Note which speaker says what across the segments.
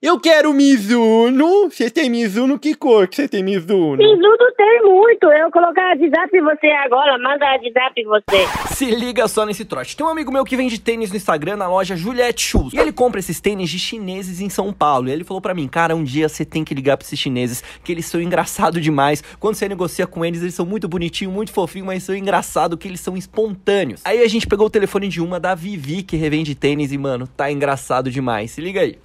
Speaker 1: Eu quero Mizuno. Você tem Mizuno? Que cor que você tem Mizuno?
Speaker 2: Mizuno tem muito. Eu colocar a WhatsApp em você agora, manda a WhatsApp em você.
Speaker 3: Se liga só nesse trote. Tem um amigo meu que vende tênis no Instagram na loja Juliette Shoes. E ele compra esses tênis de chineses em São Paulo. E ele falou pra mim, cara, um dia você tem que ligar pra esses chineses, que eles são engraçados demais. Quando você negocia com eles, eles são muito bonitinhos, muito fofinhos, mas são engraçados, que eles são espontâneos. Aí a gente pegou o telefone de uma da Vivi, que revende tênis, e mano, tá engraçado demais. Se liga aí.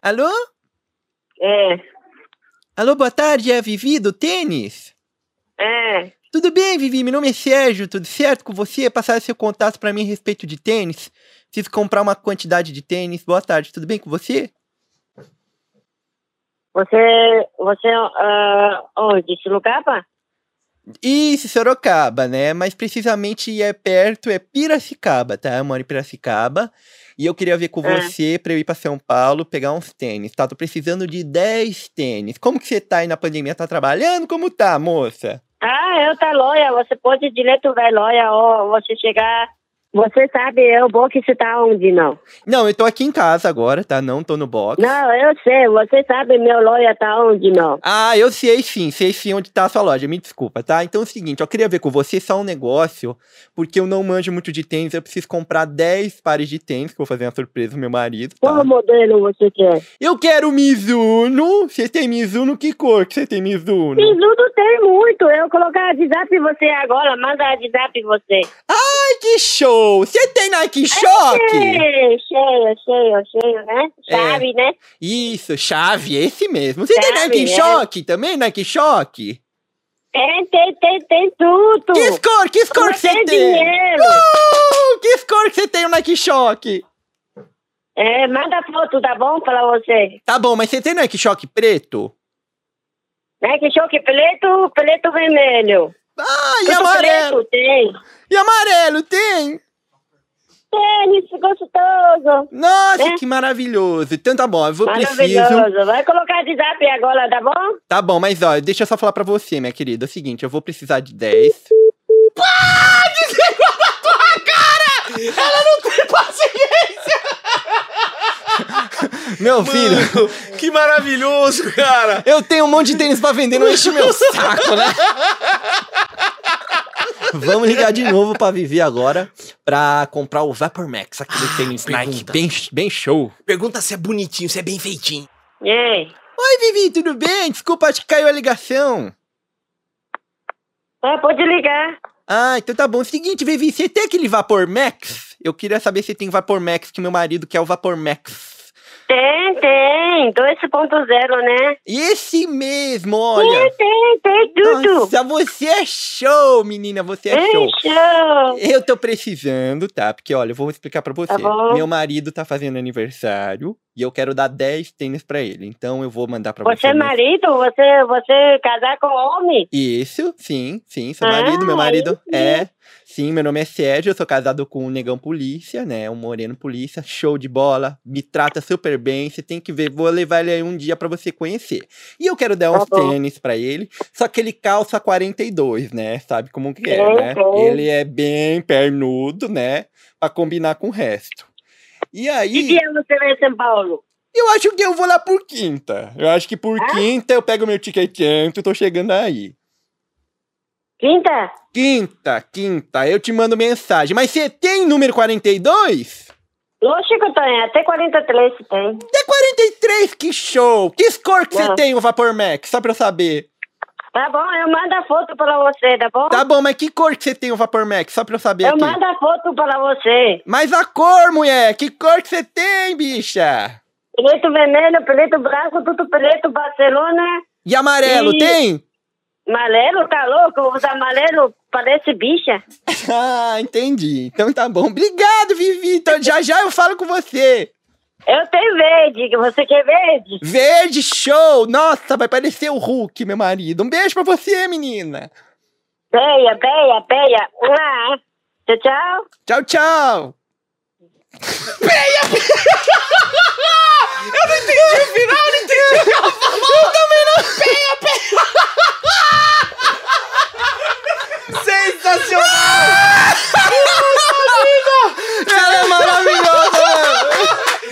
Speaker 3: Alô?
Speaker 2: É,
Speaker 1: Alô, boa tarde, é a Vivi do tênis?
Speaker 2: é.
Speaker 1: Tudo bem, Vivi? Meu nome é Sérgio, tudo certo com você? Passaram seu contato pra mim a respeito de tênis. Preciso comprar uma quantidade de tênis. Boa tarde, tudo bem com você?
Speaker 2: Você, você, ah, onde? Sorocaba?
Speaker 1: Isso, Sorocaba, né? Mas precisamente é perto, é Piracicaba, tá? Eu moro em Piracicaba. E eu queria ver com
Speaker 2: É.
Speaker 1: você pra eu ir pra São Paulo pegar uns tênis, tá? Tô precisando de 10 tênis. Como que você tá aí na pandemia? Tá trabalhando? Como tá, moça?
Speaker 2: Ah, eu tá loia. Você pode ir direto vai loia ou você chegar... Você sabe, eu bom que você tá onde, não.
Speaker 1: Não, eu tô aqui em casa agora, tá? Não tô no box.
Speaker 2: Não, eu sei. Você sabe meu loia tá onde, não.
Speaker 1: Ah, eu sei sim, sei sim onde tá a sua loja, me desculpa, tá? Então é o seguinte, eu queria ver com você só um negócio, porque eu não manjo muito de tênis, eu preciso comprar 10 pares de tênis, que eu vou fazer uma surpresa pro meu marido, tá?
Speaker 2: Qual modelo você quer?
Speaker 1: Eu quero Mizuno, você tem Mizuno, que cor que você tem Mizuno?
Speaker 2: Mizuno tem muito. Eu colocar a WhatsApp em você agora, manda a WhatsApp em você.
Speaker 1: Ai, que show! Você tem Nike Shock?
Speaker 2: Cheio, cheio, cheio, cheio, né?
Speaker 1: É.
Speaker 2: Sabe, né?
Speaker 1: Isso, chave, esse mesmo. Você tem
Speaker 2: Chave,
Speaker 1: Nike
Speaker 2: é.
Speaker 1: Shock também, Nike Shock?
Speaker 2: Tem, tem, tem, tem tudo.
Speaker 1: Que cor, que cor que
Speaker 2: Mas
Speaker 1: você
Speaker 2: tem
Speaker 1: tem?
Speaker 2: dinheiro.
Speaker 1: Uh, que cor que você tem o Nike Shock?
Speaker 2: É, manda foto, tá bom? Pra você.
Speaker 1: Tá bom, mas você tem Nike Shock preto?
Speaker 2: Né? Que choque preto, preto vermelho.
Speaker 1: Ah, e
Speaker 2: Preto,
Speaker 1: amarelo?
Speaker 2: preto, Tem.
Speaker 1: E amarelo, tem?
Speaker 2: Tênis gostoso.
Speaker 1: Nossa,
Speaker 2: É.
Speaker 1: que maravilhoso. Então tá bom, eu vou preciso.
Speaker 2: Maravilhoso. Vai colocar de zap agora, tá bom?
Speaker 1: Tá bom, mas ó, deixa eu só falar pra você, minha querida. É o seguinte, eu vou precisar de 10. Ah, desligou na tua cara! Ela não tem paciência! Meu filho,
Speaker 4: Mano, que maravilhoso, cara.
Speaker 1: eu tenho um monte de tênis pra vender, não enche meu saco, né? Vamos ligar de novo pra Vivi agora pra comprar o Vapor Max, aquele tênis Nike
Speaker 4: pergunta.
Speaker 1: bem, bem show.
Speaker 4: Pergunta se é bonitinho, se é bem feitinho.
Speaker 2: É.
Speaker 1: Oi, Vivi, tudo bem? Desculpa, acho que caiu a ligação.
Speaker 2: Ah, pode ligar.
Speaker 1: Ah, então tá bom. Seguinte, Vivi, você tem aquele Vapor Max? Eu queria saber se tem Vapor Max, que meu marido quer o Vapor Max.
Speaker 2: Tem, tem. 2.0, né?
Speaker 1: E esse mesmo,
Speaker 2: Tem,
Speaker 1: olha.
Speaker 2: tem, tem tudo.
Speaker 1: Nossa, você é show, menina, você é
Speaker 2: Tem
Speaker 1: show.
Speaker 2: show.
Speaker 1: Eu tô precisando, tá? Porque, olha, eu vou explicar pra você.
Speaker 2: bom.
Speaker 1: Meu marido tá fazendo aniversário e eu quero dar 10 tênis pra ele. Então eu vou mandar pra você.
Speaker 2: Você é
Speaker 1: no-
Speaker 2: marido? Você, você casar com homem?
Speaker 1: Isso, sim, sim, sou
Speaker 2: Ah,
Speaker 1: marido, meu
Speaker 2: aí
Speaker 1: marido
Speaker 2: sim.
Speaker 1: é. Sim, meu nome é Sérgio, eu sou casado com um negão polícia, né? Um moreno polícia, show de bola, me trata super bem, você tem que ver, vou levar ele aí um dia pra você conhecer. E eu quero dar
Speaker 2: Tá
Speaker 1: uns
Speaker 2: bom.
Speaker 1: tênis pra ele, só que ele calça 42, né? Sabe como que é,
Speaker 2: Sim,
Speaker 1: né?
Speaker 2: sim.
Speaker 1: Ele é bem pernudo, né? Pra combinar com o resto. E
Speaker 2: Que
Speaker 1: aí,
Speaker 2: dia você vai em São Paulo?
Speaker 1: eu acho que eu vou lá por quinta. Eu acho que
Speaker 2: Ah?
Speaker 1: por quinta eu pego meu ticket e tô chegando aí.
Speaker 2: Quinta?
Speaker 1: Quinta, quinta, eu te mando mensagem. Mas você tem número 42?
Speaker 2: Lógico, tem. Até 43 tem.
Speaker 1: É 43, que show! Que cor que você
Speaker 2: Não.
Speaker 1: tem, o Vapor Max? Só pra eu saber.
Speaker 2: Tá bom, eu mando a foto pra você, tá bom?
Speaker 1: Tá bom, mas que cor que você tem, o Vapor Max? Só pra eu saber
Speaker 2: eu
Speaker 1: aqui.
Speaker 2: mando a foto pra você.
Speaker 1: Mas a cor, mulher! Que cor que você tem, bicha?
Speaker 2: Preto vermelho, preto branco, tudo preto, Barcelona.
Speaker 1: E amarelo,
Speaker 2: Ih.
Speaker 1: tem?
Speaker 2: Amarelo, tá louco? Os amarelo parece bicha.
Speaker 1: Ah, entendi. Então tá bom. Obrigado, Vivi. Então já já eu falo com você.
Speaker 2: Eu tenho verde, que você quer verde?
Speaker 1: Verde, show! Nossa, vai parecer o Hulk, meu marido. Um beijo pra você, menina.
Speaker 2: Peia, peia, peia. Ah, tchau, tchau.
Speaker 1: Tchau, tchau!
Speaker 4: Sensacional!
Speaker 1: Ela é maravilhosa!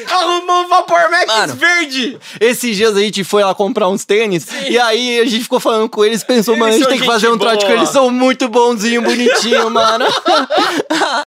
Speaker 4: Arrumou um Vapor Max
Speaker 3: Mano,
Speaker 4: verde verde!
Speaker 1: Esses dias a gente foi lá comprar uns tênis e aí a gente ficou falando com eles, pensou,
Speaker 4: Eles
Speaker 1: mano, a gente
Speaker 4: são
Speaker 1: tem que
Speaker 4: gente
Speaker 1: fazer um trote com
Speaker 4: boa."
Speaker 1: eles, são muito bonzinho, bonitinho, mano.